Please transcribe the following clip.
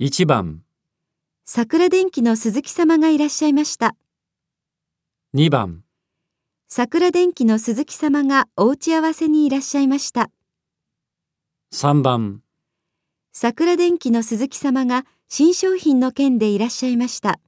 1番、桜電機の鈴木様がいらっしゃいました。 2番、桜電機の鈴木様がお打ち合わせにいらっしゃいました。 3番。桜電機の鈴木様が新商品の件でいらっしゃいました。